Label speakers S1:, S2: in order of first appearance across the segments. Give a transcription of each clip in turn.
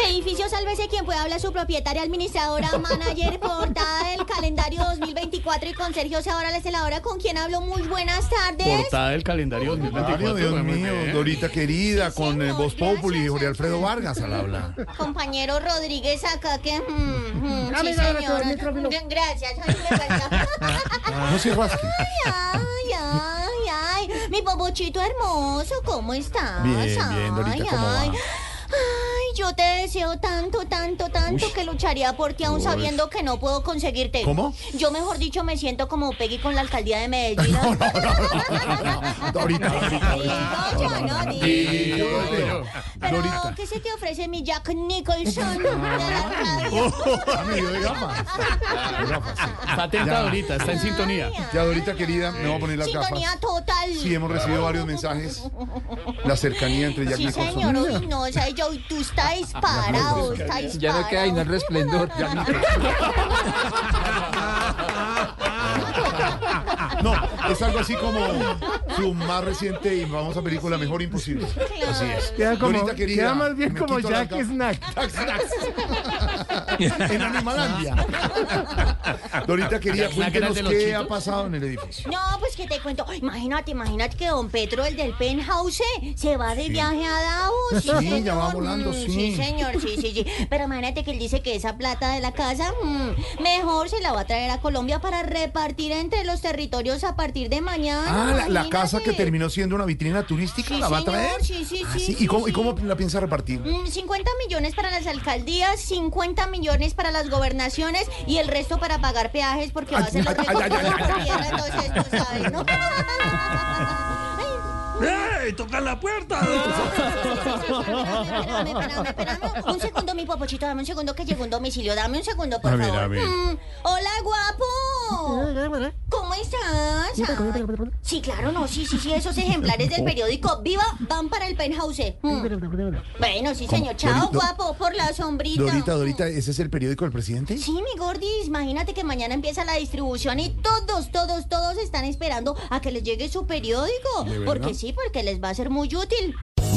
S1: Edificio Sálvese quien pueda hablar su propietaria, administradora, manager, portada del calendario 2024 y con Sergio se ahora les la hora con quien hablo. Muy buenas tardes.
S2: Portada del calendario 2024.
S3: Mario, Dios
S2: muy
S3: mío,
S2: bien.
S3: Dorita querida,
S1: Sí,
S3: con eh,
S1: señor,
S3: Voz Populi y
S1: gracias,
S3: Jorge Alfredo Vargas al habla.
S1: Compañero Rodríguez acá que...
S3: Ah,
S1: mm, mm, sí,
S4: Amiga, ahora te doy el
S1: señora.
S4: micrófono.
S1: Bien, Gracias. Ay, me falta.
S3: Ah, No se rasque.
S1: ay, ay, ay. Mi bobochito hermoso, ¿cómo estás?
S3: Bien, bien, Dorita, ¿cómo va?
S1: ay. Ay, yo te deseo tanto, tanto, tanto que lucharía por ti, aún sabiendo que no puedo conseguirte.
S3: ¿Cómo?
S1: Yo, mejor dicho, me siento como Peggy con la alcaldía de Medellín. No, no,
S3: Dorita, Dorita, Dorita.
S1: yo no
S2: Sí,
S1: digo.
S2: yo, yo.
S1: Pero,
S3: Dorita.
S1: ¿qué se te ofrece mi Jack Nicholson? de la radio?
S3: Me dio de gafas. De gafas, sí.
S2: Está atenta Dorita, está en sintonía.
S3: Ya, Dorita querida, me voy a poner las
S1: Sintonía
S3: gafas.
S1: total.
S3: Sí, hemos recibido varios mensajes. La cercanía entre Jack
S1: Sí,
S3: Nicholson.
S1: señor, uy, no, o sea, yo, tú estás disparado, está disparado.
S5: Ya no queda ahí, no es resplendor.
S3: No, es algo así como su más reciente y famosa película, Mejor Imposible. Así es.
S4: Queda, como,
S3: Dorita querida,
S4: queda más bien
S3: me
S4: como
S3: quito las
S4: Jack
S3: gafas.
S4: Snack.
S3: Tax, tax. en Animalandia. Dorita quería
S2: La gran
S3: cuéntenos
S2: de los
S3: qué
S2: chitos.
S3: ha pasado en el edificio.
S1: No, pues que te cuento. Imagínate, imagínate que don Petro, el del penthouse, eh, se va de viaje a Davos.
S3: Sí, ya
S1: señor.
S3: va volando,
S1: Mm,
S3: sí.
S1: señor, sí, sí, sí. Pero imagínate que él dice que esa plata de la casa, mm, mejor se la va a traer a Colombia para repartir entre los territorios a partir de mañana.
S3: Ah, la, la
S1: imagínate.
S3: casa que terminó siendo una vitrina turística
S1: Sí,
S3: la va a
S1: señor,
S3: traer.
S1: sí, sí,
S3: Ah,
S1: sí,
S3: ¿Y,
S1: sí,
S3: cómo, y
S1: sí.
S3: cómo la piensa repartir?
S1: Mm, 50 millones para las alcaldías, 50 millones para las gobernaciones y el resto para pagar peajes porque va a ser los
S3: Ay, ay, ay,
S1: recursos
S3: ay,
S1: por tierra, entonces tú sabes, ¿no? Ay,
S6: ¡Ey! ¡Toca la puerta!
S1: Espérame, espérame, espérame. Un segundo, mi popochito, dame un segundo que llegó un domicilio. Dame un segundo, por
S3: A ver,
S1: favor.
S3: a ver.
S1: Mm, hola, guapo. ¿Cómo estás? Ay, Sí, claro, no, sí, sí, sí, esos ejemplares del periódico Viva van para el penthouse. Mm. Bueno, sí,
S3: ¿Cómo?
S1: señor. Chao,
S3: Dori- do-
S1: guapo, por la sombrita.
S3: Dorita, Dorita, ¿ese es el periódico del presidente?
S1: Sí, mi gordis, imagínate que mañana empieza la distribución y todos, todos, todos están esperando a que les llegue su periódico. Porque sí, porque les va a ser muy útil.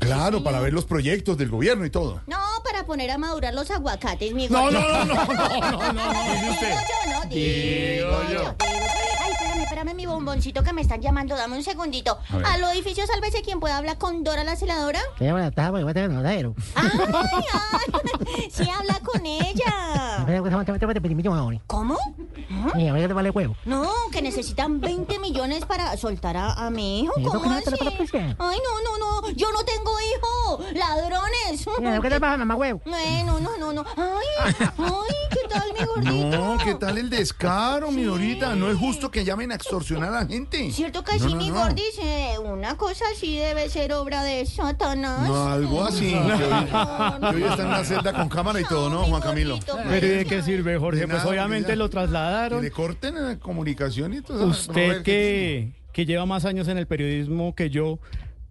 S3: Claro, para ver los proyectos del gobierno y todo.
S1: No, para poner a madurar los aguacates, mi
S3: No,
S1: gordis.
S3: no, no, no, no, no, no, no, dice
S1: Digo
S3: usted.
S1: yo, no, digo
S3: Digo
S1: yo.
S3: yo.
S1: Ay, espérame, espérame, mi bomboncito que me están llamando. Dame un segundito.
S3: A ver.
S1: Al edificio, sálvese quien pueda hablar con Dora la celadora.
S4: Qué buena taja, porque voy a tener un heladero.
S1: Ay, ay, sí, habla con ella.
S4: Espera, que se me- se me- se me- se me- se me- se me- ahora.
S1: ¿Cómo? ¿Ah?
S4: Sí, a ver qué te vale huevo.
S1: No, que necesitan 20 millones para soltar a, a mi hijo.
S4: ¿Y eso
S1: ¿Cómo
S4: que no
S1: así?
S4: te lo puedo apreciar?
S1: Ay, no, no, no. Yo no tengo hijo. Ladrones.
S4: Mira, a ver qué te pasa, mamá huevo.
S1: Bueno, no, no, no. Ay, ay, ¿qué tal, mi gordito?
S3: No, ¿qué tal el descaro, mi Dorita? No es justo que llamen a extorsionar a la gente.
S1: Cierto que
S3: No,
S1: sí,
S3: no,
S1: mi
S3: no.
S1: gordis, eh, una cosa así debe ser obra de Satanás.
S3: No, algo así. que hoy- que hoy está en una celda con cámara y todo, ¿no,
S1: mi
S3: Juan Camilo?
S1: gordito,
S2: Pero ¿y de qué sirve, Jorge?
S3: De
S2: Pues
S3: nada,
S2: obviamente
S3: Dorita.
S2: lo
S3: Que le
S2: trasladaron.
S3: corten la comunicación y todo eso. A
S2: Usted
S3: ver qué-
S2: que, que lleva más años en el periodismo que yo,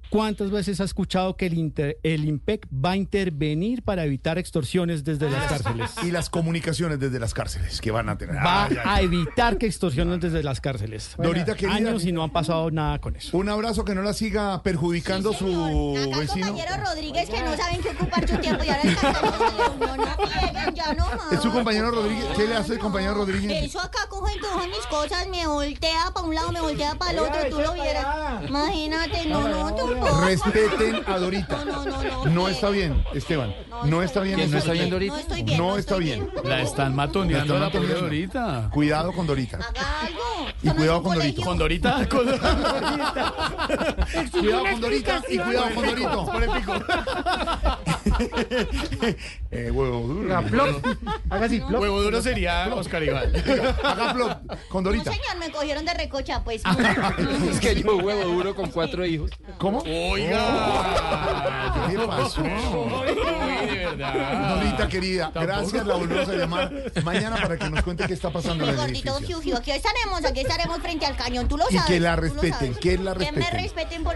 S2: ¿cuántas veces ha escuchado que el, inter- el IMPEC va a intervenir para evitar extorsiones desde las cárceles?
S3: Y las comunicaciones desde las cárceles que van a tener.
S2: Va
S3: Ay, ay,
S2: a evitar que extorsionen desde las cárceles.
S3: Dorita, querida.
S2: Años y no han pasado nada con eso.
S3: Un abrazo que no la siga perjudicando
S1: Acá
S3: su
S1: el
S3: vecino.
S1: compañero Rodríguez que no saben qué ocupar su tiempo y ahora el cantante se le unió, no frieguen, ya no más.
S3: Es su compañero Rodríguez. ¿Qué le hace el compañero Rodríguez?
S1: Eso acá coge y coge mis cosas, me voltea para un lado, me voltea para el otro, tú lo vieras. Imagínate, no, no, tampoco.
S3: Respeten a Dorita.
S1: No, no, no, no.
S3: No está bien, Esteban. No está bien.
S7: ¿Quién no está bien, Dorita?
S3: No estoy bien. No está bien.
S7: La están matoneando
S3: La
S7: a la
S3: están
S7: pobre
S3: matoneando.
S7: Dorita.
S3: Cuidado con Dorita.
S1: Haga algo.
S3: Y cuidado con Dorito.
S7: ¿Con Dorita? Con-
S3: Cuidado con Dorita y cuidado con Dorito.
S7: Por el pico.
S3: Eh, huevo duro.
S4: Haga así, plop.
S7: Huevo duro sería Oscar Iván.
S3: Haga plop con
S1: No,
S3: Dorita.
S1: señor, me cogieron de recocha, pues.
S8: Es que yo huevo duro con cuatro hijos.
S3: ¿Cómo?
S7: Oiga.
S3: ¿Qué pasó?
S7: Uy, de verdad.
S3: Dorita querida, gracias, la volvemos a llamar mañana para que nos cuente qué está pasando en
S1: Mi
S3: el
S1: gordito fiu,
S3: edificio.
S1: fiu, aquí estaremos, aquí estaremos frente al cañón, tú lo
S3: Y
S1: sabes.
S3: que la
S1: tú lo
S3: respeten,
S1: sabes.
S3: que la
S1: Que me
S3: respeten.
S1: respeten por...